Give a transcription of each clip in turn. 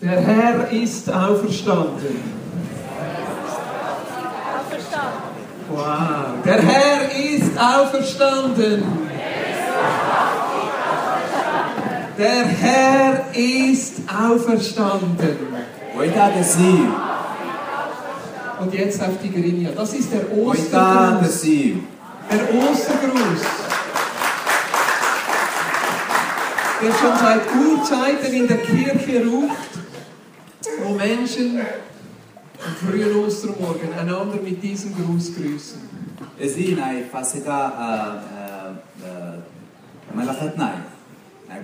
Der Herr ist auferstanden. Wow. Der Herr ist auferstanden. Der Herr ist auferstanden. Oitade sim. Und jetzt auf die Grinia. Das ist der Oitade Ostergruß. sim. Der Ostergruß. Der schon seit Urzeiten in der Kirche ruft, wo Menschen am frühen Ostermorgen einander mit diesem Gruß grüßen. Ezina e faceta ملختنا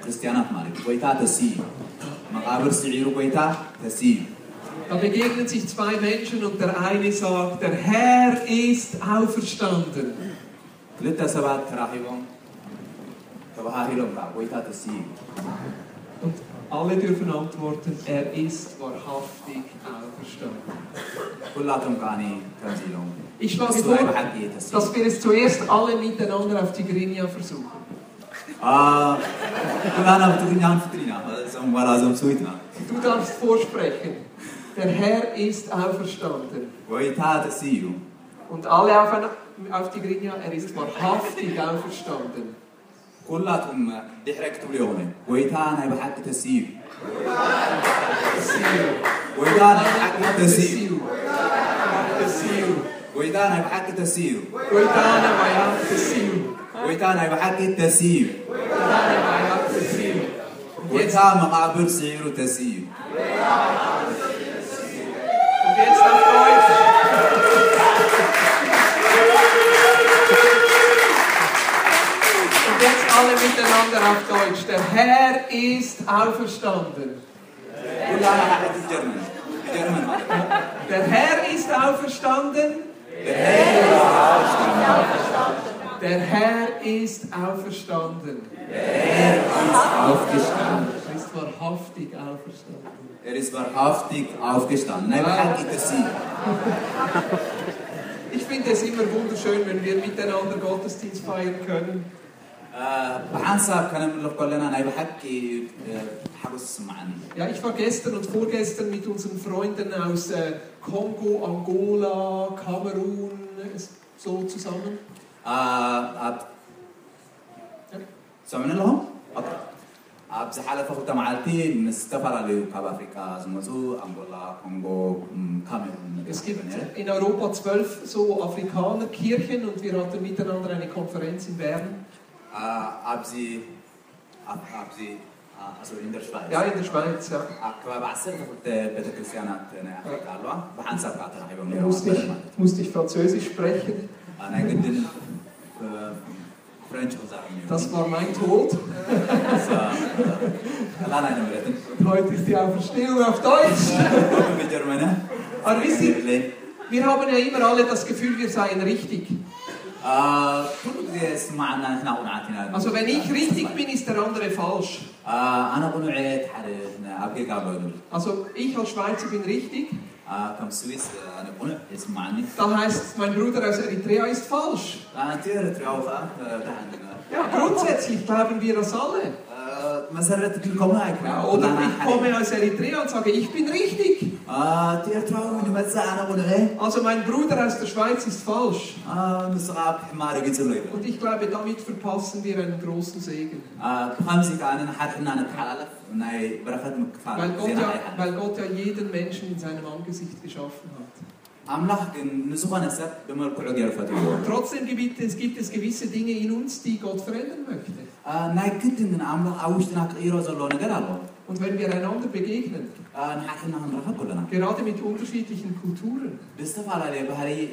كريستيانات مالك ويتا تسيب مقابر سعير ويتا تسيب Da begegnen sich zwei Menschen und der eine sagt, der Herr ist auferstanden. ثلاثة سبعة تراحيهم تبها هيلهم را ويتا تسيب Und alle dürfen antworten, er ist wahrhaftig auferstanden. كلاتهم كاني تنزيلهم Ich schlage vor, سوائب حقية تسيب dass wir es zuerst alle miteinander auf die Grinia versuchen. آه كلانا بتغنيان فترينا زم ولا زم سويتنا Du darfst vorsprechen, der Herr ist auferstanden. ويتا تسيب Und alle auf, ein- auf die Grinia, er ist wahrhaftig auferstanden. كلاتهم بحركتوا اليوم ويتا انا بحق تسيب ويتا انا بحق تسيب Tessiu. Tessiu. وإذا أنا بحق تسير Guardana maior Tessiu. وإذا أنا بحق التسير Guardana maior Tessiu. Und jetzt, وإذا مقابر سعير وتسير und jetzt auf Deutsch. Und jetzt alle miteinander auf Deutsch. Der Herr ist auferstanden. كل أنا حق الجرمن الجرمن Der Herr ist auferstanden. Der Herr ist auferstanden. aufgestanden Er ist wahrhaftig auferstanden. Er ist wahrhaftig aufgestanden Nein, بحق التسير Ich finde es immer wunderschön, wenn wir miteinander Gottesdienst feiern können. آه، بحنسى كان من لك لنا أنا بحكي آه، حبس معنا Ja, ich war gestern und vorgestern mit unseren Freunden aus äh, Kongo, Angola, Kamerun, äh, so zusammen. آه، سمعنا لهم؟ أوكي. آه، بزحالة فخوتا معالتي من السفرة لكاب أفريقيا زمزو أنغولا كونغو م، كاميرون Es gibt in Europa zwölf so Afrikanerkirchen und wir hatten miteinander eine Konferenz in Bern. آه، أبزي أبزي أصل إن در شفايز Ja, in der Schweiz, ja. أكبر بعصر فخوت بيتا كريستيانات أنا أفريقيا لوا بحان سابقا ترحيبا من Da musste ich, musste ich Französisch sprechen. أنا قد آه، فرنش وزار Das war mein Tod. لا لا أنا مريتن Und heute ist die Auferstehung auf Deutsch. في جرمانيا Aber wir, sind, ليه؟ wir haben ja immer alle das Gefühl, wir seien richtig. آه، كل جديد سمعنا هنا قناعتنا Also wenn ich richtig bin, ist der andere falsch. آه، أنا قنعت حرفنا أبقى قابل Also ich als Schweizer bin richtig, آه، كم سويس آه، أنا قنع يسمعني آه، da heißt mein Bruder aus Eritrea ist falsch. أنا تير تراوخة تحن Ja, grundsätzlich glauben wir das alle. آه، مسرت لكم هاك Ja, oder ich komme aus Eritrea und sage, ich bin richtig. آه، تير تراوخة من مزة أنا قنع Also mein Bruder aus der Schweiz ist falsch. آه، نصغاب حمار قلت Und له إيه. ich glaube, damit verpassen wir einen großen Segen. آه، بخمسي كان أنا حد إن أنا تحلالف إني برخت Weil مكفار Gott, زين ja, عليها weil Gott ja jeden Menschen in seinem Angesicht geschaffen hat. أملاح كن نسوخة نسب بمركو عقير فتوه Trotzdem gibt es, gibt es gewisse Dinge in uns, die Gott verändern möchte. آه، ناي كنت إن أملاح أوشتنا قيرو زلو نقر الله Und wenn wir einander begegnen, نحكي لنا عن رهب كلنا gerade mit unterschiedlichen Kulturen, باستفعال بهري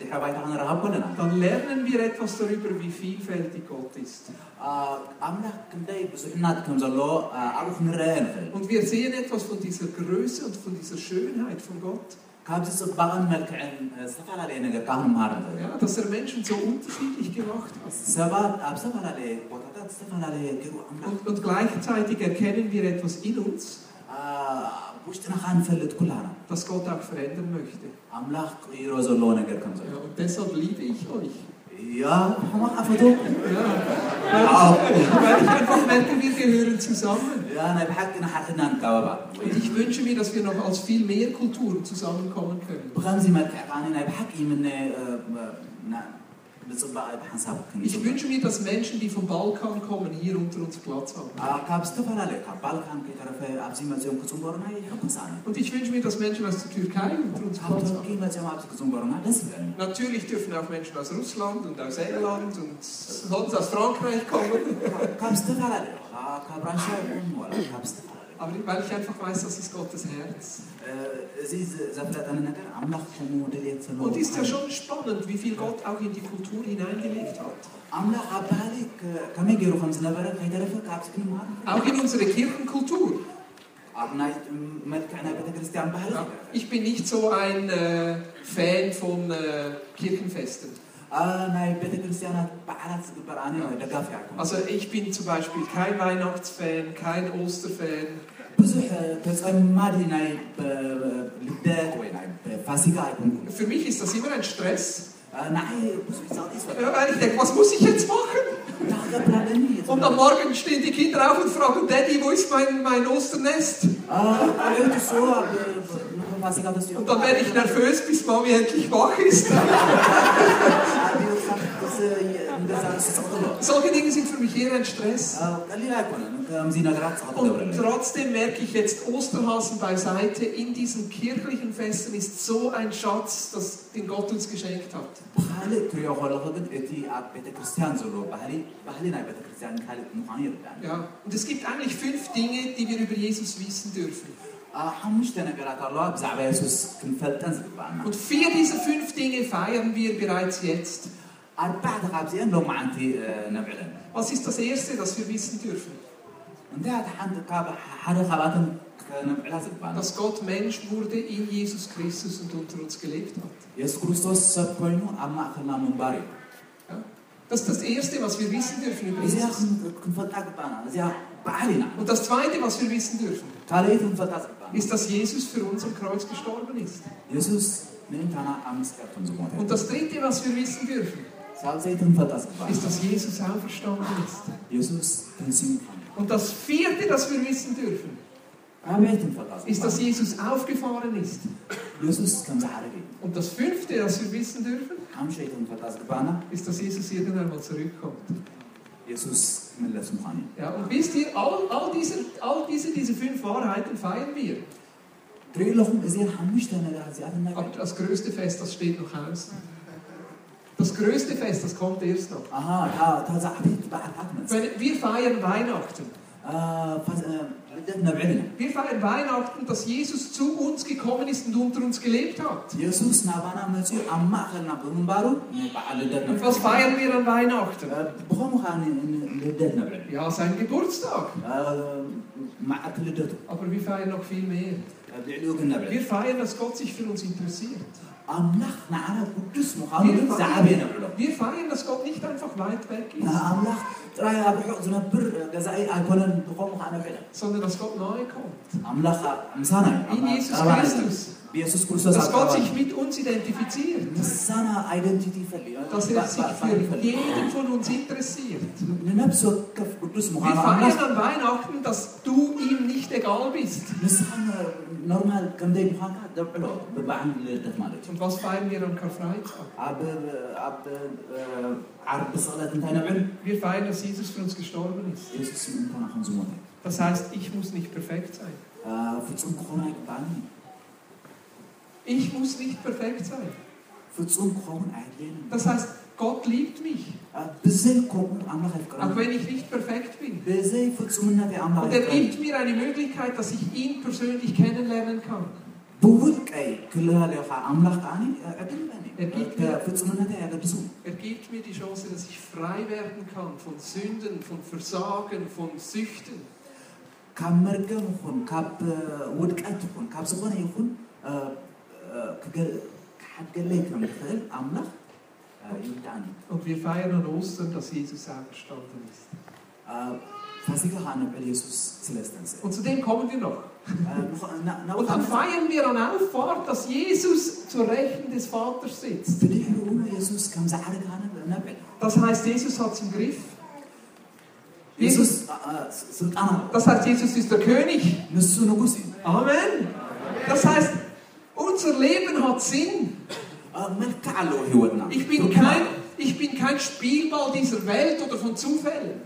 دحبايت عن رهب كلنا dann lernen wir etwas darüber, wie vielfältig Gott ist. آه، أملاح كنداي بزحنات كم زلو أعرف من رأينا فل Und wir sehen etwas von dieser Größe und von dieser Schönheit von Gott, كابز صبغن ملك عن استفعال عليه نقر كاهم مهارن ja, dass er Menschen so unterschiedlich gemacht hat. سبات أب سفعال عليه وتتات استفعال عليه كيرو أملاح Und, und gleichzeitig erkennen wir etwas in uns, آه، بوشتنا خان فلت كلنا das Gott auch verändern möchte. أملاح كيرو زلو نقر كم Ja, زلو und deshalb liebe ich euch. Ja, mach einfach du. Ja. Weil ich einfach merke, wir gehören zusammen. Ja, nein, بحق نحن نتابع. Und ich wünsche mir, dass wir noch als viel mehr Kulturen zusammenkommen können. بخمسي ما تحقاني ناي بحكي من آه، نعم بصبع بحساب Ich wünsche mir, dass Menschen, die vom Balkan kommen, hier unter uns Platz haben. كاب استفلا لك بالكان كي تعرف ابزي ما زيوم كزوم برنا يحب سامي Und ich wünsche mir, dass Menschen aus der Türkei unter uns هاو Platz haben. تركي ما زيوم ابزي كزوم برنا دس بلن Natürlich dürfen auch Menschen aus Russland und aus England und sonst aus Frankreich kommen. كاب استفلا لك كاب آه، رانشا يكون ولا كاب استفلا لك Aber weil ich einfach weiß, das ist Gottes Herz. آه، زي زفلت انا نكر عملاق كمو دليت سنو Und ist ja schon spannend, wie viel Gott auch in die Kultur hineingelegt hat. عملاق عبالك كمي جيرو خمس نبرة كي تعرف كاب سكين مار Auch in unsere Kirchenkultur. عبنا ملكعنا بتكريستيان بحلق Ich bin nicht so ein äh, Fan von äh, Kirchenfesten. آه ناي بيت كريستيانا بعرس بالبراني ودقاف يعكم Also ich bin zum Beispiel kein Weihnachtsfan, kein Osterfan. بزح تسأل مالي ناي لدات وناي فاسيكا يكون Für mich ist das immer ein Stress, آه ناي بزح سالتي سوال Ja, weil ich denke, was muss ich jetzt machen? تاخذ براني Und am Morgen stehen die Kinder auf und fragen, Daddy, wo ist mein, mein Osternest? آه قريت الصورة فاسيكا تسيو Und dann werde ich nervös, bis Mami endlich wach ist. Solche Dinge sind für mich eher ein Stress. قال لي لا يكون مزينا قرات صعب Und trotzdem merke ich jetzt Osterhasen beiseite, in diesen kirchlichen Festen ist so ein Schatz, das den Gott uns geschenkt hat. بحالي كريو خلا خبت اتي اب بيت كريستيان زلو بحالي بحالي ناي بيت كريستيان كالي مخاني ردان Ja. Und es gibt eigentlich fünf Dinge, die wir über Jesus wissen dürfen. ሓሙሽተ ነገራት ኣለዋ ብዛዕባ የሱስ ክንፈልጠን ዝግባአና Und vier dieser fünf Dinge feiern wir bereits jetzt. ኣርባዕተ ካብዚአን ሎም መዓንቲ ነብዕለን Was ist das Erste, das wir wissen dürfen? እንታይ እቲ ሓንቲ ካብ ሓደ ካብኣተን ከነብዕላ ዝግባአና Dass Gott Mensch wurde in Jesus Christus und unter uns gelebt hat. የሱስ ክርስቶስ ሰብ ኮይኑ ኣብ ማእከልና ምንባር እዩ Ja. Das ist das Erste, was wir wissen dürfen über እዚኣ Jesus. ክን- ክንፈልጣ ግባአና እዚኣ በዓል ኢና Und das Zweite, was wir wissen dürfen, ካልአይቲ ክንፈልጣ ዝግባአና ist, dass Jesus für uns am Kreuz gestorben ist. የሱስ ምእንታና ኣብ መስቀል ከም ዝሞተ እዩ Und das Dritte, was wir wissen dürfen, ሳልሰይቲ ክንፈልጣ ዝግባአና ist, dass Jesus auferstanden ist. የሱስ ትንስዩ Und das Vierte, das wir wissen dürfen, ካብየይቲ ክንፈልጣ ist, dass ዝግባአና Jesus aufgefahren ist. የሱስ ከም ዝሓረገ እዩ Und das Fünfte, das wir wissen dürfen, ሓሙሽተይቲ ክንፈልጣ ዝግባአና ist, dass Jesus irgendwann mal zurückkommt. የሱስ ክምለስ ምዃኑ እዩ Ja, und wisst ihr, all, all, diese, all diese, diese fünf Wahrheiten feiern wir. ትሪኡ ኣለኹም እዚአን ሓሙሽተ ነገራት እዚኣተን Aber ነገር das größte Fest, das steht noch aus. Das größte Fest, das kommt erst noch. ኣሃ እታ- እታ ዛዕቤት በዓል ኣትመፅእ Wenn- Wir feiern Weihnachten. ልደት ነብዕል ኢና Wir feiern Weihnachten, dass Jesus zu uns gekommen ist und unter uns gelebt hat. የሱስ ናባና መፅኡ ኣብ ማእኸልና ብምንባሩ ናይ በዓል ልደት Und was ነብዕል feiern wir an Weihnachten? ብከምኡ ከዓ ን- ን- ልደት ነብዕል Ja, sein Geburtstag. አ፣ መዓልቲ ልደቱ Aber wir feiern noch viel mehr. ኣብ ልዕሊኡ ግን ነብዕል Wir feiern, dass Gott sich für uns interessiert. ኣምላኽ ንዓና ቅዱስ ምዃኑ ግን ዝዓበየ ነብዕሎ Wir feiern, dass Gott nicht einfach weit weg ist, ኣምላኽ ጥራይ ኣብ ርሑቕ ዝነብር ገዛኢ ኣይኮነን ብከምኡ ከዓ ነብዕል sondern dass Gott nahe kommt. ኣምላኽ ምሳና እዩ In Jesus ቀረባና እዩ። Christus. ብየሱስ ክርስቶስ ኣብ Dass Gott ቀረባና እዩ። sich mit uns identifiziert. ምሳና አይደንቲቲ ይፈልግ Dass er sich für jeden von uns interessiert. ንነብሲ ወከፍ ቅዱስ Wir ምዃኑ ኣምላኽ feiern an Weihnachten, dass du ihm nicht egal bist. ንስኻን ኖርማል ከምዘይ ምዃንካ ደብዕሎ ብበዓል ልደት ማለት እዩ Und was feiern wir am Karfreitag? ኣብ ኣብ ዓርቢ ስቕለት እንታይ ነብዕል Wir feiern, dass Jesus für uns gestorben ist. የሱስ ምእንታና ከም ዝሞተ እዩ። Das heißt, ich muss nicht perfekt sein. አ፣ ፍጹም ክኾኑ ኣይግባእኒ Ich muss nicht perfekt sein. ፍጹም ክኸውን ኣየድልየንን Das heißt, Gott liebt mich, አ፣ ብዘይ ከምኡ ኣምላኽ auch ኣይፍቅረኒ wenn ich nicht perfekt bin. ብዘይ ፍጹምነት ኣምላኽ Und er ኣይፍቅረኒ gibt mir eine Möglichkeit, dass ich ihn persönlich kennenlernen kann. ብውልቀይ ክለላለዩ ከዓ ኣምላኽ ከዓኒ ዕድልበኒ ዕድል- ፍጹምነተይ ኣገድሱ Er gibt mir die Chance, dass ich frei werden kann von Sünden, von Versagen, von Süchten. ካብ መርገም ይኹን ካብ ውድቀት ይኹን ካብ ዝኾነ ይኹን አ፣ አ፣ ክገ- ክሓገለይ ከም ዝኽእል ኣምላኽ አ፣ ይርዳእኒ Und wir feiern an Ostern, dass Jesus auferstanden ist. አ፣ ፋሲካ ከዓ ነብዕል የሱስ ስለ ዝተንስእ Und zu dem kommen wir noch. አ፣ ንኾ- ና- ናብ Und dann ፋ- feiern wir an Auffahrt, dass Jesus zur Rechten des Vaters sitzt. ብድሕሪኡ የሱስ ከም ዝዓረ ከዓ ነብ- Neppel. Das heißt, Jesus hat es im Griff. Jesus, äh, Sultana, Das heißt, Jesus ist der König. Nussu Nugusi. Amen. Das heißt, unser Leben hat Sinn. ملكة له هيوتنا. Ich bin kein, ich bin kein Spielball dieser Welt oder von Zufällen.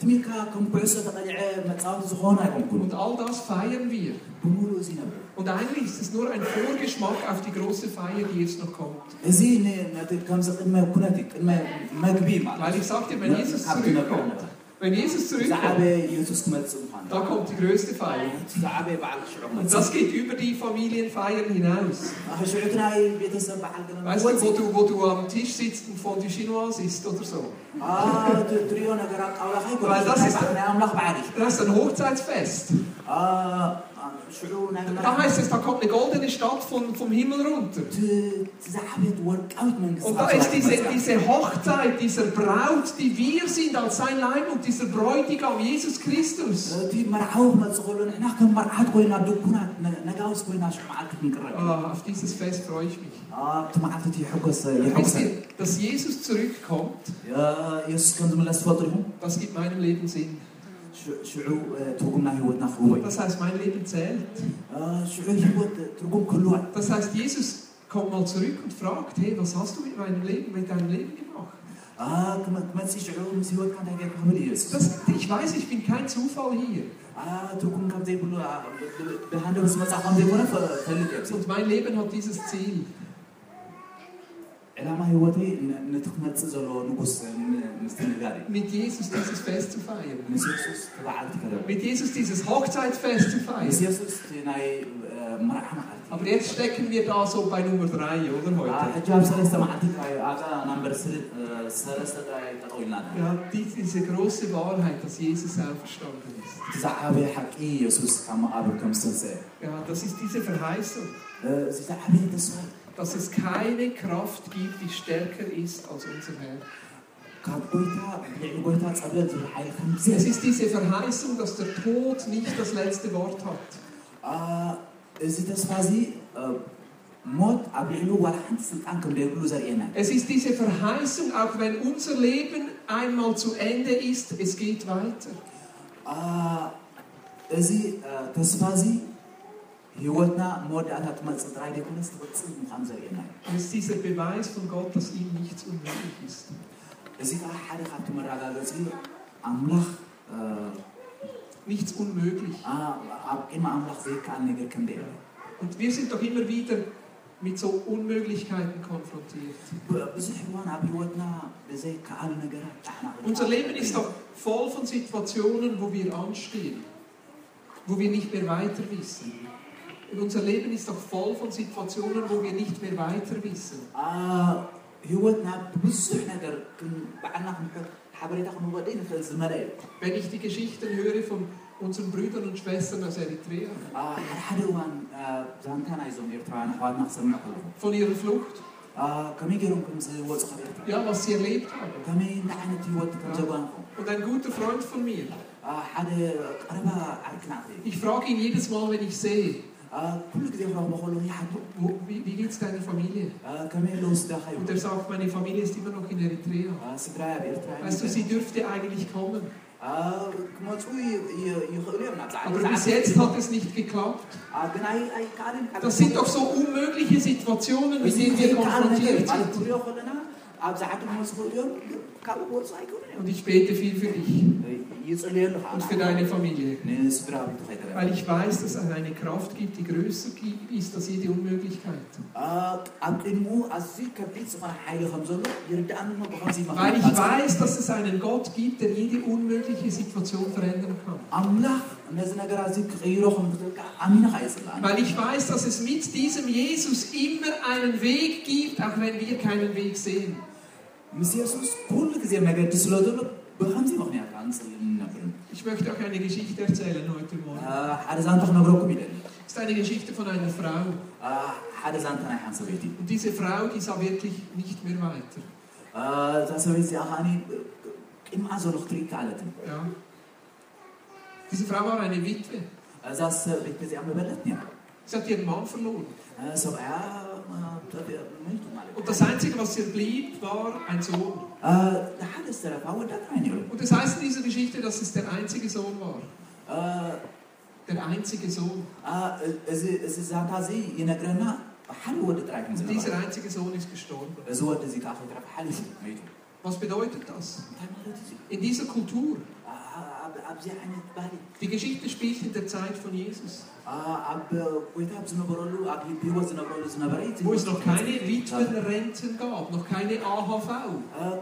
تميكا كم بيسة تقلع متعاود زخونة كم كنو. Und all das feiern wir. بمولو زينب. Und eigentlich ist es nur ein Vorgeschmack auf die große Feier, die jetzt noch kommt. زين نادر كم زق إما كناتك إما ما كبير ما. Weil ich sagte, wenn Jesus zurückkommt, wenn Jesus زعبة zurückkommt, يوسف كمال سبحان. da kommt die größte Feier. زعبة بعد شعور ما. Und das geht über die Familienfeiern hinaus. شعورنا هاي بيتسبب على Weißt du, wo du, wo du am Tisch sitzt und Fondue Chinoise isst oder so. آه تريونا قرأت أولا خيكو. Weil das ist- أنا أملاك بعرف. Das ist ein Hochzeitsfest. آه شعورنا Da heißt es, da kommt eine goldene Stadt von, vom Himmel runter. تزعبت ورك أوت من Und da ist diese, diese Hochzeit, dieser Braut, die wir sind als sein Leib und dieser Bräutigam, Jesus Christus. تي مرعوب ما تقولون احنا كم مرعات كوينا دكونا نجاوز كوينا شو معك نقرأ Ah, auf dieses Fest freue ich mich. اه تمعت تي حقص Wisst يحقص ihr, dass Jesus zurückkommt, يا يس كنت من الأسفل تريهم das gibt meinem Leben Sinn. شعو ترقمنا هيوتنا خوي Das heißt, mein Leben zählt. شعو هيوت ترقم كل وقت Das heißt, Jesus kommt mal zurück und fragt, hey, was hast du mit meinem Leben, mit deinem Leben gemacht? اه كما كما تسي شعو مس هيوت كان تهيك قبل يس Das, ich weiß, ich bin kein Zufall hier. اه ترقم كم زي بلو بهند بس ما تعقم زي بلو فلت يبسي Und mein Leben hat dieses Ziel. إلا ما هيوتي نتقمت زلو نقص مستنغاري mit Jesus dieses Fest zu feiern. مس يسوس تبعالت كده Mit Jesus dieses Hochzeitsfest zu مس feiern. يسوس تناي مرعا معلتي Aber jetzt stecken wir da so bei Nummer 3, oder heute? حجاب سلسة معتك أعطى نمبر سلسة تقولنا Ja, dies- diese große Wahrheit, dass Jesus auferstanden ist. تزعابي حقي يسوس كما أبر كم سلسة Ja, das ist diese Verheißung, اه، تزعابي تسوال dass es keine Kraft gibt, die stärker ist als unser Herr. كاب قويتا بيعي قويتا تصابلت في الحياة كم Es سلسة ist diese Verheißung, dass der Tod nicht das letzte Wort hat. اه، إذا تسوازي موت أبيعلو ولا حد سلطان كم بيقولوا زرينا Es ist diese Verheißung, auch wenn unser Leben einmal zu Ende ist, es geht weiter. اه، إذا تسوازي هيوتنا مود أنا تمثل دراي دي كونس تبتصل مخام زرينا Es ist dieser Beweis von Gott, dass ihm nichts unmöglich ist. እዚ ከዓ ሓደ ካብቲ መረጋገፂ ኣምላኽ አ፣ Nichts unmöglich. ኣ- ኣብ ቅድሚ ኣምላኽ ዘይከኣል ነገር ከም ደለ Und wir sind doch immer wieder mit so Unmöglichkeiten konfrontiert. ብዙሕ እዋን ኣብ ሂወትና ብዘይከኣሉ ነገራት ጣሕና Unser Leben ist doch voll von Situationen, wo wir anstehen, wo wir nicht mehr weiter wissen. Unser Leben ist doch voll von Situationen, wo wir nicht mehr weiter wissen. آه، ሂወትና ብብዙሕ ነገር ክን- ባዕልና ክንሕት ሓበሬታ ክንወደ ንክእል ዝመልአ እዩ Wenn ich die Geschichten höre von unseren Brüdern und Schwestern aus Eritrea, ኣ፣ ሓደ ሓደ እዋን ኣ፣ ዛንታ ናይ ዞም ኤርትራውያን ኣሕዋትና ክሰምዕ ከለኹ von ihrer Flucht, ኣ፣ ከመይ ገይሮም ከም ዝወፁ ካብ ኤርትራ ja, was sie erlebt haben. ከመይ እንዳ ዓይነት ሂወት ከም ዘጓንኩም Und ein guter Freund von mir, ኣ፣ ሓደ ቀረባ ዓርክናት እዩ ich frage ihn jedes Mal, wenn ich sehe, ኣ፣ ኩሉ ግዜ ክረኽቦ ከለኹ ይሓቱ wo, wie, wie geht's deiner Familie? آه، كمان لو صداقة Und er sagt, meine Familie ist immer noch in Eritrea. سدرايا بإرتفاع Weißt du, sie dürfte eigentlich kommen. آه كما تقول يخليهم Aber bis jetzt hat es nicht geklappt. آه بناي أي كارين Das sind doch so unmögliche Situationen, mit denen wir konfrontiert sind. كل يوم خلنا أب زعتهم مسؤول يوم كابو بوت سايكون Und ich bete viel für dich يصلي له und für deine Familie. سدرايا بتخيل Weil ich weiß, dass es eine Kraft gibt, die größer gibt, ist als jede Unmöglichkeit. آه أب إنمو أزي كبيت سبحان حيل خمسة يرجع أنه بخمسة Weil ich Also- weiß, dass es einen Gott gibt, der jede unmögliche Situation verändern kann. أملاح نزنا قرازي كغيره خمسة أمين خايس الله Weil ich weiß, dass es mit diesem Jesus immer einen Weg gibt, auch wenn wir keinen Weg sehen. ምስ የሱስ ኩሉ ግዜ መገዲ ስለ ዘሎ ብከምዚ ምክንያት ኣንፅል ነብር Ich möchte auch eine Geschichte erzählen heute Morgen. ሓደ ዛንታ ክነግረኩም ኢለኒ Es ist eine Geschichte von einer Frau. ኣ፣ ሓደ ዛንታ ናይ ሓንቲ ሰበይቲ Und diese Frau, die sah wirklich nicht mehr weiter. ኣ፣ እዛ ሰበይቲ እዚኣ ከዓኒ ቅድምኣ ዘሎ ክትርኢ ከኣለትን Ja. Diese Frau war eine Witwe. آه، እዛ ሰበይቲ እዚኣ መበለት ነራ آه، Sie hat ihren Mann verloren. ኣ፣ ሰብኣያ ma, da wir, möchte mal. Und das Einzige, was ihr blieb, war ein Sohn. Äh, da hat es der Frau da rein, Und das heißt in dieser Geschichte, dass es der einzige Sohn war. Äh, Der einzige Sohn. äh, es ist, es ist Fantasie in der Granat. Hallo, da rein, Und Also dieser einzige Sohn ist gestorben. So hat sie gesagt, ich hallo, möchte. Was bedeutet das? Einmal hat sie, In dieser Kultur. آه، ab, ab, sie eine Bali. Die Geschichte spielt in der Zeit von Jesus, ab, wo ab, sie noch rollen, ab, die Biwas noch rollen, sie noch bereit. wo es noch keine Witwenrenten gab, noch keine AHV. آه،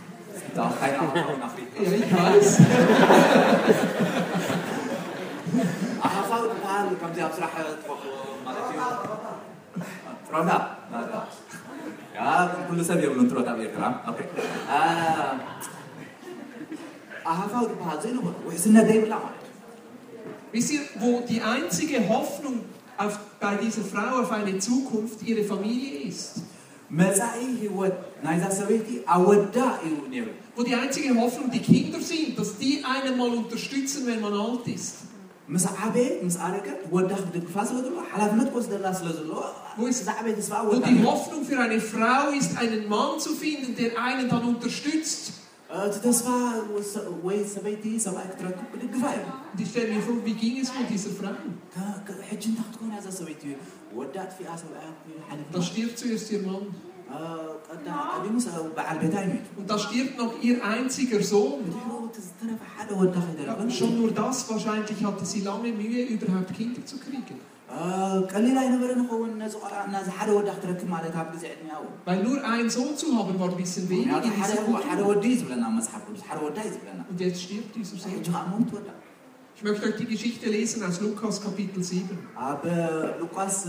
Da, keine Ahnung, Nachricht. Ja, ich weiß. أحفظ قال كم دي بصراحة ترودا يا كل سبب يقولون ترودا بيكرام أوكي آه، أحفظ قال زي نبغى وحسنا دايما لا Wisst ihr, wo die einzige Hoffnung auf, bei dieser Frau auf eine Zukunft ihre Familie ist? مزاعي هو نايزا سويتي أودا يونيو Wo die einzige Hoffnung die Kinder sind, dass die einen mal unterstützen, wenn man alt ist? مس عبيد مس عركة ودا خدك فاس ودلو حلفنا تقص دلاس لزلو مس عبيد اسمع Wo die ودا Hoffnung für eine Frau ist, einen Mann zu finden, der einen dann unterstützt? أه، تسمع وين سويتي سواء كترك بدك فاير Und ich stelle mir vor, wie ging es mit dieser Frau? حج انت تكون هذا سويتي ودعت في اسف Da حلف stirbt zuerst ihr Mann. قد قديموس بعد البتايم Und da stirbt noch ihr einziger Sohn. هو تستنى في حدا ودخل Ja, دربن schon nur das wahrscheinlich hatte sie lange Mühe, überhaupt Kinder zu kriegen. قال لي لا نبر نخو الناس قرا الناس حدا ودخل تركب مالتها بزعدني او Weil nur einen Sohn zu haben, war ein bisschen wenig in dieser حدا حدا Kultur. وديز بلنا مسحب بس حدا ودايز بلنا Und jetzt stirbt dieser Sohn. حج موت ودا Ich möchte euch die Geschichte lesen aus Lukas Kapitel 7. اب لوقاس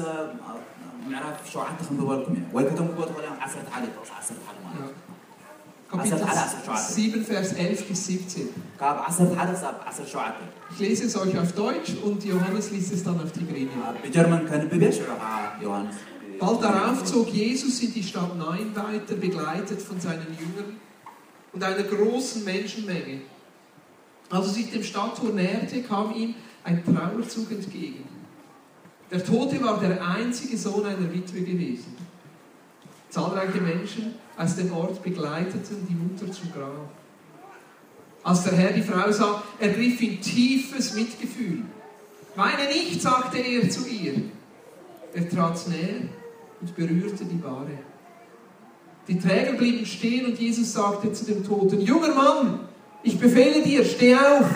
نعرف شو عندكم ببالكم يعني ويكتم ببالكم ولا 10 عدد 10 عدد Ja. معنا Kapitel Also, also, also. 7, Vers 11 bis 17. كاب 10 عدد 10 شو عدد Ich lese es euch auf Deutsch und Johannes liest es dann auf Tigrinya. بجرمن كان ببيش على يوهانس Bald darauf zog Jesus in die Stadt Nain weiter, begleitet von seinen Jüngern und einer großen Menschenmenge. Als er sich dem Stadttor näherte, kam ihm ein Trauerzug entgegen. Der Tote war der einzige Sohn einer Witwe gewesen. Zahlreiche Menschen aus dem Ort begleiteten die Mutter zum Grab. Als der Herr die Frau sah, ergriff ihn tiefes Mitgefühl. Weine nicht, sagte er zu ihr. Er trat näher und berührte die Bahre. Die Träger blieben stehen und Jesus sagte zu dem Toten, Junger Mann, ich befehle dir, steh auf.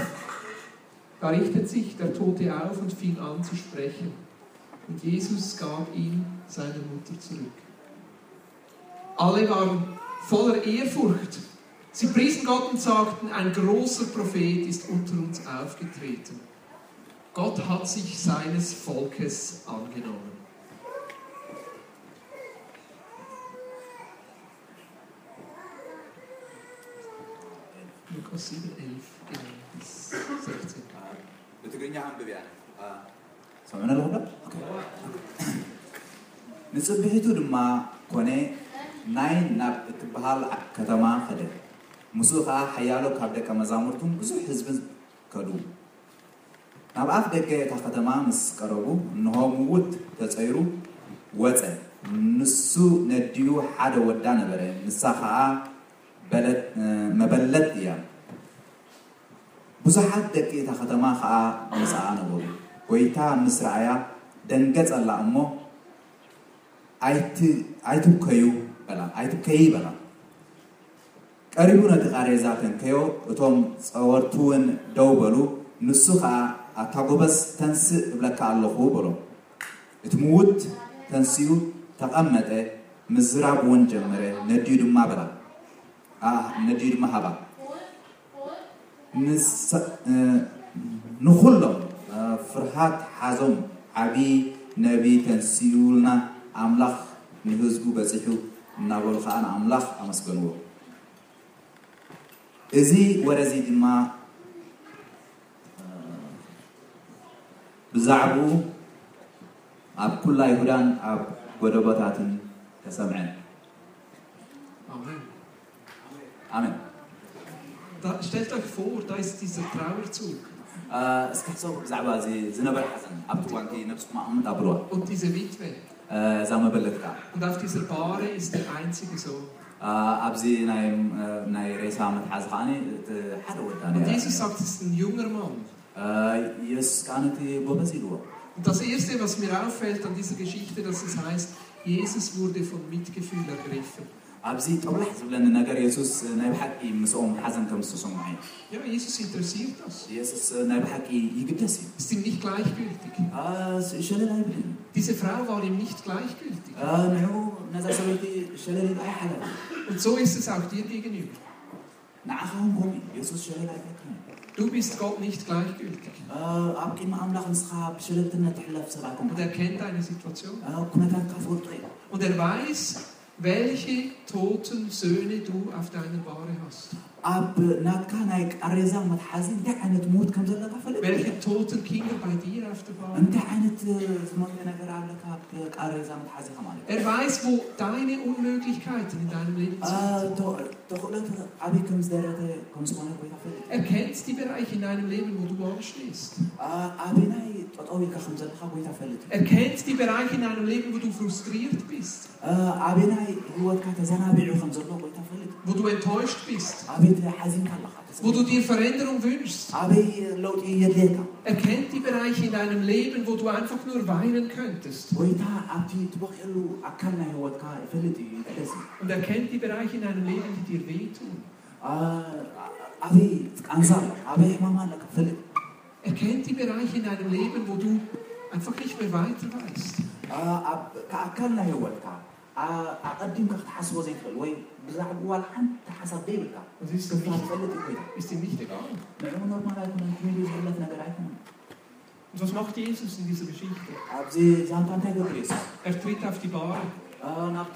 Da richtet sich der Tote auf und fing an zu sprechen. Und Jesus gab ihn seiner Mutter zurück. Alle waren voller Ehrfurcht. Sie priesen Gott und sagten, ein großer Prophet ist unter uns aufgetreten. Gott hat sich seines Volkes angenommen. Lukas 7, 11 bis 16. بتقولين يا عم بيبي يعني سمعنا الغدا؟ اوكي نصبحتو دما كوني ناين ناب تبهال كتما خده مسوخا حيالو كابدا كمزامرتم بزو حزب كدو ناب اف دكا تا كتما مس قربو نهو موت تصيرو وፀ ንሱ ነድዩ ሓደ ወዳ ነበረ ንሳ ከዓ በለጥ- መበለጥ እያ ብዙሓት ደቂ እታ ከተማ ከዓ ምስኣ ነበሩ ጎይታ ምስ ረኣያ ደንገፅ ኣላ እሞ ኣይትብከዩ በላ ኣይትብከይ በላ ቀሪቡ ነቲ ቃሬዛ ተንከዮ እቶም ፀወርቱ እውን ደው በሉ ንሱ ከዓ ኣታ ጎበዝ ተንስእ እብለካ ኣለኹ በሎ እቲ ምውት ተንስኡ ተቐመጠ ምዝራብ እውን ጀመረ ነድዩ ድማ በላ ኣህ፣ ነድዩ ድማ ሃባ نس- آه، نخلهم آه، فرحات حازم عبي نبي تنسيولنا أملاخ نهزقو بسيحو نابل خان أملاخ أمسكنو إزي ورزي دما آه، بزعبو أب كل يهودان أب قدبتاتن تسمعن Amen. آمين Da, stellt euch vor, da ist dieser Trauerzug اسكحصو بزعبا زي زنبر حزن أبتوانكي نفسكم أمد أبروه und diese Witwe. ዘመበለጥካ Und auf dieser Bahre ist der einzige Sohn. ኣብዚ ናይ ናይ ሬሳ መትሓዝ ከዓኒ እቲ ሓደ ወዳነ Und Jesus sagt, es ist ein junger Mann. ኢየሱስ ከዓነ እቲ ጎበዝ ኢልዎ Und das Erste, was mir auffällt an dieser Geschichte, dass es heißt, Jesus wurde von Mitgefühl ergriffen. ኣብዚ ጠቕላሕ ዝብለኒ ነገር የሱስ ናይ ብሓቂ ምስኦም ሓዘን ከም ዝተሰምዖ እዩ Ja, Jesus interessiert das. የሱስ ናይ ብሓቂ ይግደስ እዩ Ist ihm nicht gleichgültig. ኣ፣ ሸለል ኣይብልን እዩ Diese Frau war ihm nicht gleichgültig. ኣ፣ ንዕኡ ነዛ ሰበይቲ ሸለል ኢሉ ኣይሓለወ Und so ist es auch dir gegenüber. ንዓኸም ከምኡ እዩ የሱስ ሸለል ኣይፈትነ Du bist Gott nicht gleichgültig. ኣብ ቅድሚ ኣምላኽ ንስኻ ብሸለልትነት ትሕለፍ ሰብ ኣይኮንካ Und er kennt deine Situation. ኣ፣ ኩነታትካ ፈልጦ እዩ Und er weiß, welche toten Söhne du auf deiner Bahre hast. ኣብ ናትካ ናይ ቃሬዛ መትሓዚ እንታይ ዓይነት ሞት ከም ዘለካ ፈለጥ እዩ። Welche toten Kinder bei dir auf der Bahre. እንታይ ዓይነት ዝመለ ነገር ኣለካ ቃሬዛ መትሓዚኻ ማለት እዩ Er weiß, wo deine Unmöglichkeiten in deinem Leben ኣ፣ sind. ተ- ተኽእሎት ዓብይ ከም ዝደረተ ከም ዝኾነ ጎይታ ፈለጥ እዩ Er kennt die Bereiche in deinem Leben, wo du anstehst. ኣ፣ ዓብይ ናይ ጠጠው ኢልካ ከም ዘለካ ጎይታ ፈለጥ እዩ Er kennt die Bereiche in deinem Leben, wo du frustriert bist, ኣ፣ ዓብይ ናይ ህይወትካ ተዘናቢዑ ከም ዘሎ ጎይታ ፈለጥ እዩ wo du enttäuscht bist, ዓበይ ሓዚንካ ኣለካ wo du dir Veränderung wünschst. ዓበይ ለውጢ የድልየካ Er kennt die Bereiche in deinem Leben, wo du einfach nur weinen könntest. ጎይታ ኣብቲ ትበቂሉ ኣካል ናይ ህይወትካ ይፈልጥ እዩ ይቅደስ እዩ Und er kennt die Bereiche in deinem Leben, die dir wehtun. ዓበይ ቃንሳ ኣሎ ዓበይ ሕማማ ኣለካ ፈልጥ Er kennt die Bereiche in deinem Leben, wo du einfach nicht mehr weiter weißt. ከኣካል ናይ ህወትካ ኣ- ኣቐዲምካ ክትሓስቦ ዘይትኽእል ወይ ብዛዕባ ዋላ ሓንቲ ሓሳብ ዘይብልካ Und ist ihm ስልካ nicht, ትፈልጥ እዩ ኮይና ist ihm nicht egal. ንዕኡ ኖርማል ኣይኮነን ክሚሉ ዝሕለፍ ነገር ኣይኮነን Und was macht Jesus in dieser Geschichte? ኣብዚ ዛንታ እንታይ ገብር የሱስ Er tritt auf die Bahre ኣ፣ ናብቲ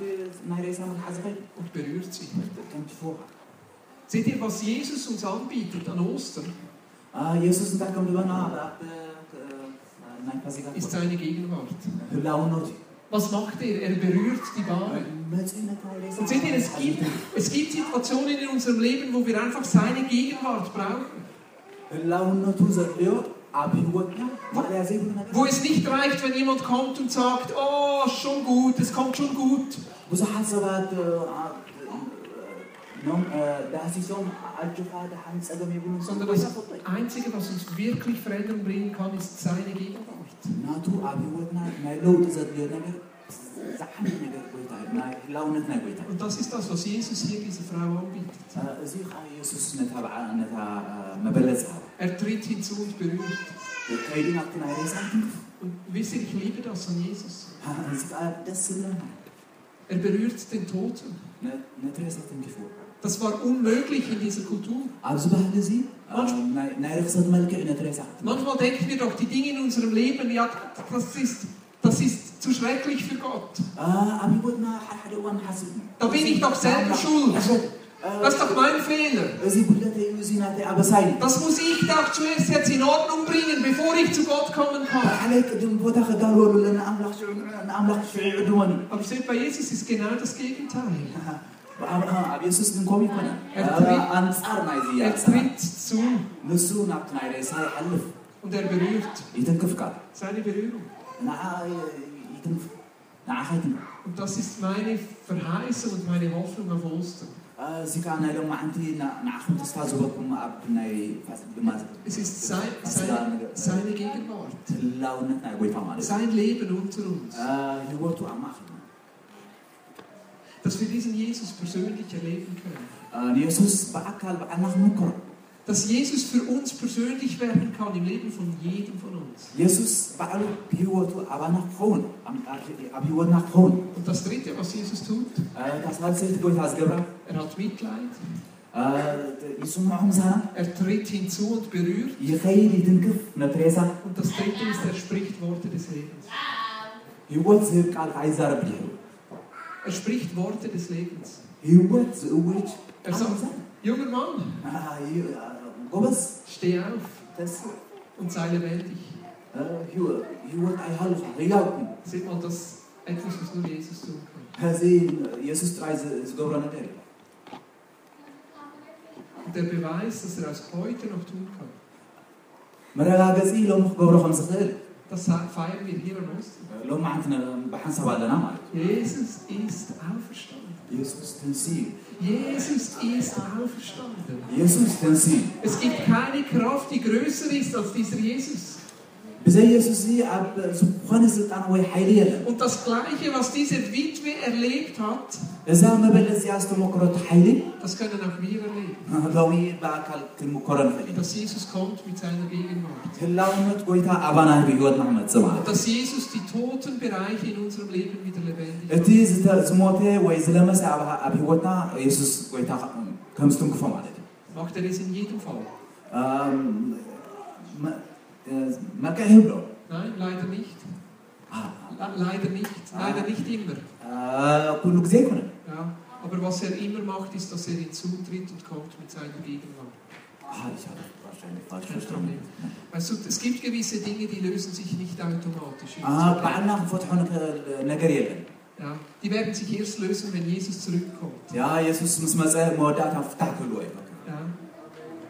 ናይ ሬሳ መትሓዚ ኸይድ und berührt sie. ከም ትፍወካ Seht ihr, was Jesus uns anbietet an Ostern, የሱስ እንታይ ከም ዝበና ኣብቲ ናይ ፋሲካ ist seine Gegenwart. ህላውነት እዩ Was macht er? Er berührt die Bahre. መፅኡ ነቲ ናይ ሬሳ Und seht ihr, es መትሓዚ gibt, es gibt Situationen in unserem Leben, wo wir einfach seine Gegenwart brauchen. ህላውነቱ ዘድልዮ ኣብ ህወትና ማልያ ዘይብሉ ነገር Wo es nicht reicht, wenn jemand kommt und sagt, oh, schon gut, es kommt schon gut. ብዙሓት ሰባት እ፣ ኣ- ኖም እ፣ ዳህሲሶም ኣጅፋ ድሓን ፀገም የብሉን Sondern das Einzige, was uns wirklich Veränderung bringen kann, ist seine Gegenwart. ናቱ ኣብ ህይወትና ናይ ለውጢ ዘድልዮ ነገር ዝዓነ ነገር ጎይታ እዩ ናይ ህላውነት ናይ ጎይታ እዩ Und das ist das, was Jesus hier dieser Frau anbietet. እ፣ እዚ ከዓ የሱስ ነታ በዓ- ነታ እ፣ መበለፅ ሃበ Er tritt hinzu und berührt. ከይዲ ናብቲ ናይ ሬሳ ክንፍ Und wisst ihr, ich liebe das an Jesus. እዚ ከዓ ደስ ዝብለና Er berührt den Toten. ነ- ነቲ ሬሳ ትንኪፍዎ Das war unmöglich in dieser Kultur. ኣብዚ ባህል እዚ እ፣ ናይ- ናይ ርክሰት መልክዕ ነቲ ሬሳ ክትነክፍ Manchmal denken wir doch die Dinge in unserem Leben, ja, das ist, das ist zu schrecklich für Gott. ኣብ ሂወትና ሓደሓደ እዋን ሓስብ Da bin ich doch selber schuld. Das ist doch mein Fehler. እዚ ጉለት እዩ እዚ ናተይ ኣበሳይ Das muss ich doch zuerst jetzt in Ordnung bringen, bevor ich zu Gott kommen kann. ሓለይ ቅድም ቦታ ከዳልወሉ ንኣምላኽ ሽዑ ድወን እዩ Aber seht, bei Jesus ist genau das Gegenteil. ኣብ- ኣብ- ኣብ የሱስ ግን ከምኡ ይኮነ ኣብ ኣንፃር ናይ ዝያ Er tritt zu ንሱ ናብቲ ናይ ሬሳ ይሓልፍ und er berührt ይትንክፍካ seine Berührung. ንዓ ይትንክፍ ንዓኻ ይትንክፍ Und das ist meine Verheißung und meine Hoffnung auf Ostern. ኣ፣ እዚ ከዓ ናይ ሎም መዓንቲ ና- ንዓኹም ተስፋ ዝበኩም ኣብ ናይ ፋስ- ድማ Es ist sein, ፋሲካ seine, ነገር- seine Gegenwart, ህላውነት ናይ ጎይታ ማለት እዩ sein Leben unter uns, ኣ፣ ህይወቱ ኣብ ማእኸልና dass wir diesen Jesus persönlich erleben können. Ah, ንየሱስ ብኣካል በዓልና ክንምክሮ Dass Jesus für uns persönlich werden kann im Leben von jedem von uns. የሱስ ባዕሉ ብህይወቱ ኣባና ክኸውን ኣብ- ኣብ ህይወትና ክኸውን Und das Dritte, was Jesus tut, ኣ፣ እታ ሳልሰይቲ ጎይታ ዝገብራ er hat Mitleid, ኣ፣ ይስምዖ ምሳና er tritt hinzu und berührt. ይኸይድ ይትንክፍ ነትሬሳ Und das Dritte ist, er spricht Worte des Lebens. ህይወት ዝህብ ቃል ከዓ ይዛረብ ድሕሩ Er spricht Worte des Lebens. ህይወት ዝእውጅ Er sagt, junger Mann, ኣ፣ ይ- ኣ፣ ጎበዝ steh auf ተስ und sei lebendig. ኣ፣ ህይወ- ህይወት ኣይሃልኹ ህያውኩም Seht mal, das ist etwas, was nur Jesus tun kann. እዚ የሱስ ጥራይ ዝ- ዝገብሮ ነገር እዩ Und der Beweis, dass er aus heute noch tun kann, መረጋገፂ ሎም ክገብሮ ከም ዝኽእል Das feiern wir hier am Ostern. لو ما عندنا بحنسة بعد نعمل Jesus ist auferstanden. Jesus tem sido. Jesus ist auferstanden. Jesus tem sido. Es gibt keine Kraft, die größer ist als dieser Jesus. بزي يسوس دي عب سبحان السلطان وهي حيليلا Und das Gleiche, was diese Witwe erlebt hat, إذا ما بلز ياستو مقرة حيلي das können auch wir erleben. لو يبقى كل- كل مقرة فلي Dass Jesus kommt mit seiner Gegenwart. هلا ومت قويتا أبانا بيوت نعمة سمعة Und dass Jesus die toten Bereiche in unserem Leben wieder lebendig macht. إتي زت زموتة ويزلمس أبها أبيوتنا يسوس قويتا كمستون كفا مالد Macht er es in jedem Fall? أم، ما آه، ما كان هبلو Nein, leider nicht. آه، Le- Leider nicht. Leider nicht immer. آه، كله كزي كنا Ja. Aber was er immer macht, ist, dass er hinzutritt und kommt mit seiner Gegenwart. آه، ich habe wahrscheinlich falsch Kein verstanden Problem. Weißt du, es gibt gewisse Dinge, die lösen sich nicht automatisch. آه، بعدنا فتحونا نقريلا Ja. Die werden sich erst lösen, wenn Jesus zurückkommt. يا يسوس مسمزة مودات فتح كله إيه Ja.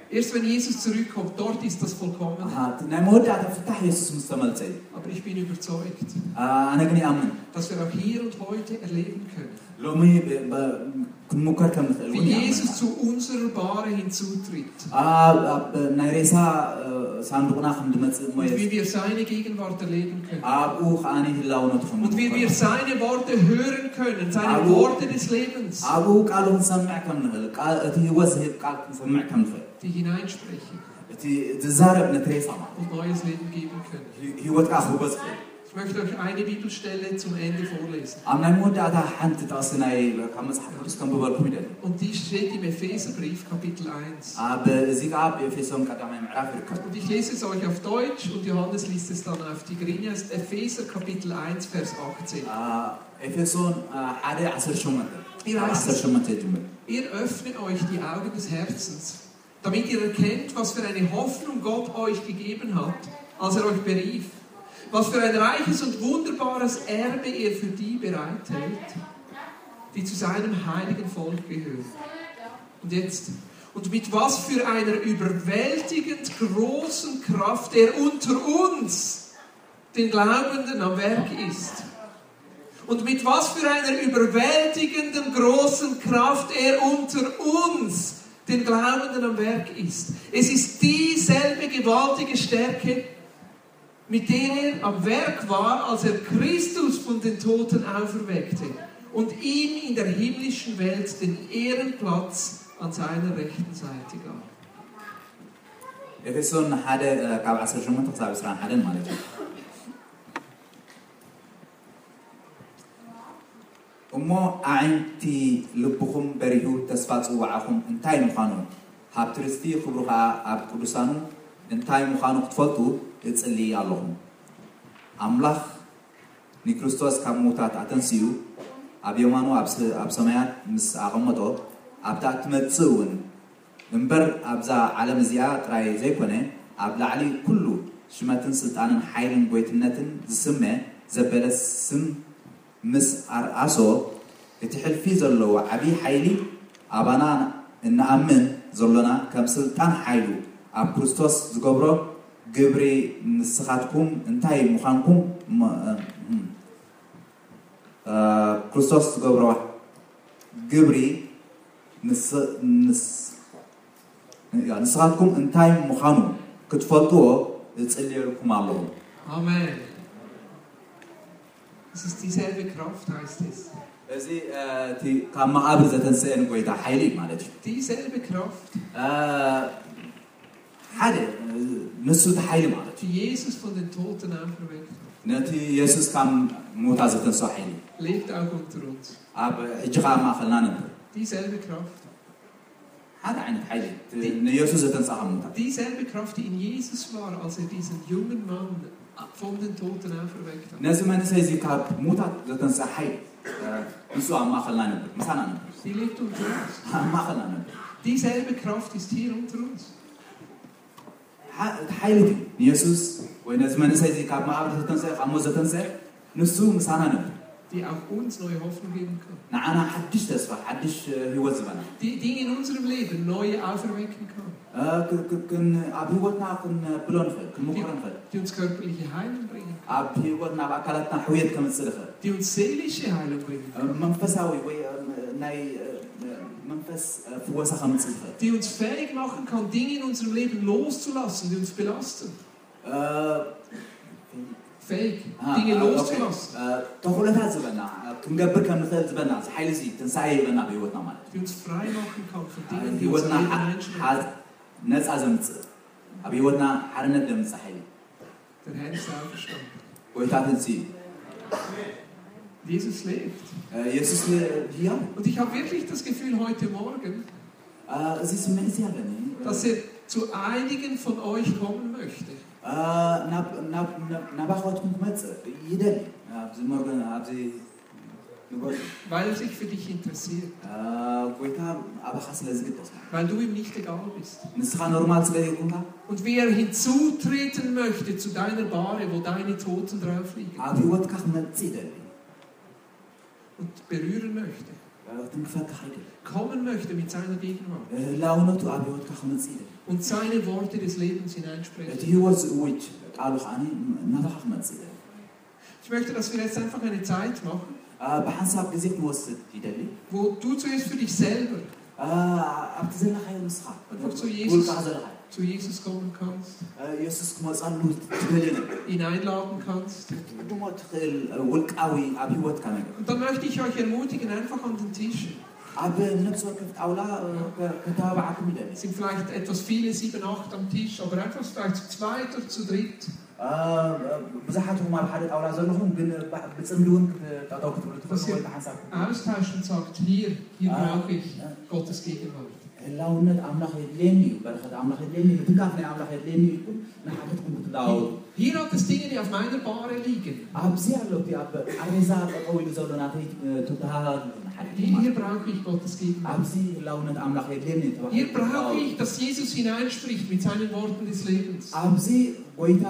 Erst wenn Jesus zurückkommt, dort ist das vollkommen. آه، نعم مودات فتح يسوس مستمل زي Aber ich bin überzeugt, آه، أنا قني أمن dass wir auch hier und heute erleben können, لو مي ب- ب- كن مكر كم مثل wie وني أمن. Jesus zu unserer Bahre hinzutritt. آه، ب- نايريسا آه، صندوقنا خمد مز- Und ميز wie wir seine Gegenwart erleben können. آه، أوخ أني هلا ونطخم Und wie wir seine Worte hören können, seine Aber- Worte des Lebens, ኣብኡ ቃሉ ክንሰምዕ ከም ንኽእል ቃል- እቲ ህወት ዝህብ ቃል ክንሰምዕ ከም ንኽእል die hineinsprechen እቲ ዝዛረብ ነቲ ሬሳማ und neues Leben geben können. ህወት ካ ክህቦ ዝኽእል Ich möchte euch eine Bibelstelle zum Ende vorlesen. ኣብ ናይ መወዳእታ ሓንቲ ጥቕሲ ናይ ካብ መፅሓፍ ቅዱስ ከም ብበልኩም ይደሊ Und die steht im Epheserbrief, Kapitel 1. ኣብ እዚ ከዓ ብኤፌሶን ቀዳማይ ምዕራፍ ይርከብ Und ich lese es euch auf Deutsch und Johannes liest es dann auf Tigrinya. Es ist Epheser, Kapitel 1, Vers 18. ኣ፣ ኤፌሶን ኣ፣ ሓደ 18 Wie heißt es? 18 ይጅምር Ihr öffnet euch die Augen des Herzens, damit ihr erkennt, was für eine Hoffnung Gott euch gegeben hat, als er euch berief. Was für ein reiches und wunderbares Erbe er für die bereithält, die zu seinem heiligen Volk gehören. Und jetzt, und mit was für einer überwältigend großen Kraft er unter uns, den Glaubenden, am Werk ist. Und mit was für einer überwältigenden großen Kraft er unter uns, den Glaubenden, am Werk ist. Es ist dieselbe gewaltige Stärke, mit der er am Werk war, als er Christus von den Toten auferweckte und ihm in der himmlischen Welt den Ehrenplatz an seiner rechten Seite gab. ኤፌሶን ሓደ ኣ፣ ካብ 18 ክሳብ 21 ማለት እዩ እሞ ኣዒንቲ ልብኹም በሪሁ ተስፋ ፅዋዓኹም እንታይ ምዃኑ ሃብ ትርስቲ ክብሩ ከዓ ኣብ ቅዱሳኑ እንታይ ምዃኑ ክትፈልጡ እፅሊ ኣለኹም ኣምላኽ ንክርስቶስ ካብ ሙውታት ኣተንስዩ ኣብ የማኑ ኣብ ስ- ኣብ ሰማያት ምስ ኣቐመጦ ኣብታ እትመፅእ እውን እምበር ኣብዛ ዓለም እዚኣ ጥራይ ዘይኮነ ኣብ ላዕሊ ኩሉ ሽመትን ስልጣንን ሓይልን ጎይትነትን ዝስመ ዘበለ ስም ምስ ኣርኣሶ እቲ ሕልፊ ዘለዎ ዓብዪ ሓይሊ ኣባና እንኣምን ዘሎና ከም ስልጣን ሓይሉ ኣብ ክርስቶስ ዝገብሮ ግብሪ ንስኻትኩም እንታይ ምዃንኩም ም- እም፣ እ፣ ክርስቶስ ዝገብሮ ግብሪ ንስ- ንስ- ያ፣ ንስኻትኩም እንታይ ምዃኑ ክትፈልጥዎ ዝፅልየልኩም ኣለኹ Amen. Es ist dieselbe Kraft, heißt es. እዚ እ፣ እቲ ካብ መቓብር ዘተንስአን ጎይታ ሓይሊ እዩ ማለት እዩ Dieselbe Kraft, እ፣ ሓደ እ፣ ንሱ እቲ ሓይሊ ማለት እዩ die Jesus von den Toten auferweckt hat, ነቲ የሱስ ካብ ሞታ ዘተንስ ሓይሊ lebt auch unter uns. ኣብ ሕጂ ከዓ ማእኸልና ነበር Dieselbe Kraft. ሓደ ዓይነት ሓይሊ እዩ እቲ ንየሱስ ዘተንሳ ካብ ሞታ Dieselbe Kraft, die in Jesus war, als er diesen jungen Mann von den Toten auferweckt hat. ነዚ መንእሰይ እዚ ካብ ሞታት ዘተንሳ ሓይሊ እ፣ ንሱ ኣብ ማእኸልና ነበር ምሳና ነበር Sie lebt unter uns. ኣብ ማእኸልና ነበር Dieselbe Kraft ist hier unter uns. ح- حيلتي يسوس ونز من سيدي كاب ما عبد تنسى خمو تنسى نسو مسانا نب die auch uns neue Hoffnung geben kann. نعنا حدش تسفى حدش آه، هو زمنا Die Dinge in unserem Leben neue auferwecken kann. آه، ك- ك- كن ابي وطنا كن بلون فل كن مقرن فل Die uns körperliche Heilung bringen. ኣብ ሂወትና ኣብ ኣካላትና ሕውየት ከም ዝፅልኽእል die uns seelische Heilung bringen, መንፈሳዊ ወይ እ፣ ናይ እ፣ መንፈስ እ፣ ፍወሳ ከምፅ ዝኽእል die uns fähig machen kann, Dinge in unserem Leben loszulassen, die uns belasten. እ፣ Fähig, አ፣ Dinge ኦኬ፣ loszulassen, እ፣ ተኽእሎታት ዝበና ክንገብር ከም ንኽእል ዝበና እዚ ሓይሊ እዚ ትንሳኤ ይበና ብሂወትና ማለት die uns frei machen kann von እዩ ኣብ Dingen, die uns ሂወትና Leben ሓ- einschränken. ሓ- ነፃ ዘምፅእ ኣብ ሂወትና ሓርነት ዘምፅእ ሓይሊ Der Herr ist auferstanden. ጎይታ ትንስ እዩ Jesus lebt. እ፣ የሱስ ህያው Und ich habe wirklich das Gefühl heute Morgen, እ፣ እዚ ስምዒት እዩ ኣለኒ dass er zu einigen von euch kommen möchte. እ፣ ናብ- ናብ- ናብ- ናብ ኣኽዋትኩም ክመፅእ ይደሊ ኣብዚ መርጎ ኣብዚ ንጎ Weil er sich für dich interessiert. አ- ጎይታ ኣባኻ ስለ ዝግደስ Weil du ihm nicht egal bist. ንስኻ ኖርማል ስለ ዘይኮንካ Und wie er hinzutreten möchte zu deiner Bahre, wo deine Toten drauf liegen ኣብ ሂወትካ ክመፅእ ይደሊ und berühren möchte, ትንክፈካ ይደሊ kommen möchte mit seiner Gegenwart ህላውነቱ ኣብ ሂወትካ ክመፅእ ይደሊ und seine Worte des Lebens እቲ hineinsprechen. ሂወት ዝእውጅ ቃሉ ከዓኒ ናባኻ ክመፅእ ይደሊ Ich möchte, dass wir jetzt einfach eine Zeit machen, አ፣ ብሓንሳብ ግዜ ክንወስድ ይደሊ wo du zuerst für dich selber አ፣ ኣብቲ ዘለካዮ ንስኻ ኣትወርሶ የሱስ። ውልቃ ዘለካዮ zu Jesus kommen kannst, አ፣ የሱስ ክመፃሉ ትደሊ ነገር ihn einladen kannst. ድሞ ትኽእል ውልቃዊ ኣብ ሂወትካ ነገር Und dann möchte ich euch ermutigen, einfach an den Tisch. ኣብ ነብሲ ወከፍ ጣውላ ከተባባዓኩም ይደሊ Es sind vielleicht etwas viele, sieben, acht am Tisch, aber einfach vielleicht zu zweit oder zu dritt. آه، ብዙሓትኩም ኣብ ሓደ ጣውላ ዘለኹም ግን ባ- ብፅምዲ እውን ክት- ጠጠው ክትብሉ ትኽእሉ ወይ ሓንሳብ Austauschen und sagt, hier, hier Ah. brauche ich Ja. Gottes Gegenwart. ህላውነት ኣምላኽ የድልየኒ እዩ በረኸት ኣምላኽ የድልየኒ እዩ ምትንካፍ ናይ ኣምላኽ የድልየኒ እዩ ኢልኩም ንሓደትኩም ክትለዋወጡ Hier hat es Dinge, die auf meiner Bahre liegen. ኣብዚ ኣሎ እቲ ኣብ ዓበዛ ጠጠው ኢሉ ዘሎ ናተይ ትተሃሃሉን Hier, ሓደ hier brauche ich Gottes Gegenwart. ኣብዚ ህላውነት ኣምላኽ የድልየኒ እዩ ተባሂሉ Hier brauche ክትለዋወጡ። ich, dass Jesus hineinspricht mit seinen Worten des Lebens. ኣብዚ ጎይታ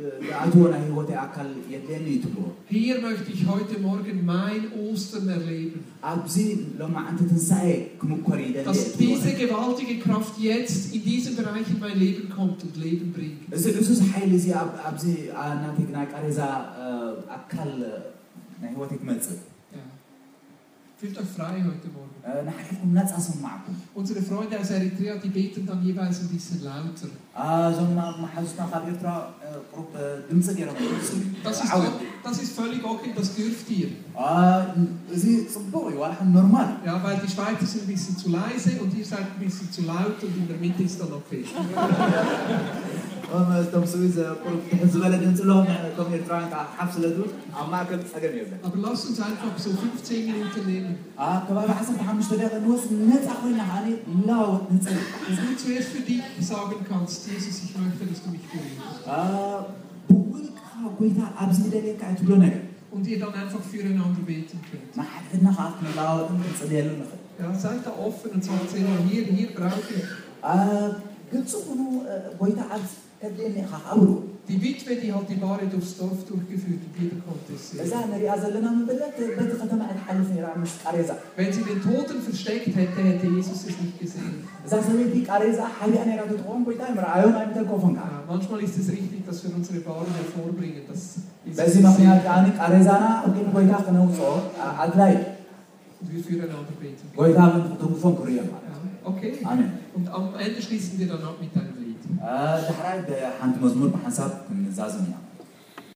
eh, ኣትዎ ናይ ሂወተይ ኣካል የድልየኒ እዩ ትብልዎ Hier möchte ich heute Morgen mein Ostern erleben. ኣብዚ ሎማዓንቲ ትንሳኤ ክምኮር ይደልየ Dass diese gewaltige Kraft jetzt in diesem Bereich in mein Leben kommt und Leben bringt. እዚ ልሱስ ሓይሊ እዚ ኣብ- ኣብዚ ኣ- ናተይ ናይ ቃሬዛ ኣ፣ ኣካል ኣ፣ ናይ ህወት ክመፅእ Ja. Fühlt euch frei heute Morgen. ኣ፣ ንሓልኩም ነፃ ሰማዕኩም Unsere Freunde aus Eritrea, die beten dann jeweils ein bisschen lauter. ኣ፣ እዞም ኣብ መሓዙትና ካብ ኤርትራ ኣ፣ ቁሩብ ኣ፣ ድምፂ ገይሮም ይመስሉ Das ist, ዓወት das ist völlig okay, das dürft ihr. ኣ፣ እዚ ፅቡቅ እዩ ዋላ ኖርማል Ja, weil die Schweizer sind ein bisschen zu leise und ihr seid ein bisschen zu laut und in der Mitte ist dann okay. እቶም- እቶም ስዊዝ ኣ፣ ቁሩብ ትሕት ዝበለ ድምፂ ኣለዎም እቶም ኤርትራውያን ከዓ ሓፍ ስለ ዝብል ኣብ ማእከል ፀገም የብለን Aber lasst uns einfach so 15 Minuten nehmen. ኣ፣ ከባቢ 15 ደቂቃ ንወስድ ነፃ ኮይና ከዓኒ ላወት ንፅል Dass du zuerst für dich sagen kannst, Jesus, ich möchte, dass du mich berührst. ኣ፣ ብውልካ ጎይታ ኣብዚ ደለየካ እትብሎ ነገር Und ihr dann einfach füreinander beten könnt. ማሓትና ከዓ ክንለዋወጥን ክንፅልየሉ ንኽእል Ja, seid da offen und sagt, Senna, hier, hier brauche ich. ኣ፣ ግልፂ ኹኑ ኣ፣ ጎይታ ኣብ ከድልየኒ ኢኻ ኣብሉ Die Witwe, die hat die Bahre durchs Dorf durchgeführt und jeder konnte es እዛ sehen. ንሪኣ ዘለና ምብለት በቲ ከተማ እትሓልፍ ነራ ምስ ቃሬዛ Wenn sie den Toten versteckt hätte, hätte Jesus es nicht gesehen. እዛ ሰበይቲ ቃሬዛ ሓቢኣ ነራ ትትኾን ጎይታ ምርኣዮም ኣይምተኮፎን ከዓ Ja, manchmal ist es richtig, dass wir unsere Bahre hervorbringen. Dass Jesus በዚ es ምክንያት sieht ከዓኒ ቃሬዛና ግን ጎይታ ክነውፅኦ ኣ- ኣድላይ und wir füreinander beten. ጎይታ ምን ክትግፎን ክርእዮ ማለት Ja, okay. ኣሜን Und am Ende schließen wir dann ab mit einem Lied. ኣ፣ ዳሕራይ ብሓንቲ መዝሙር ብሓንሳብ ክንዛዝም ኢና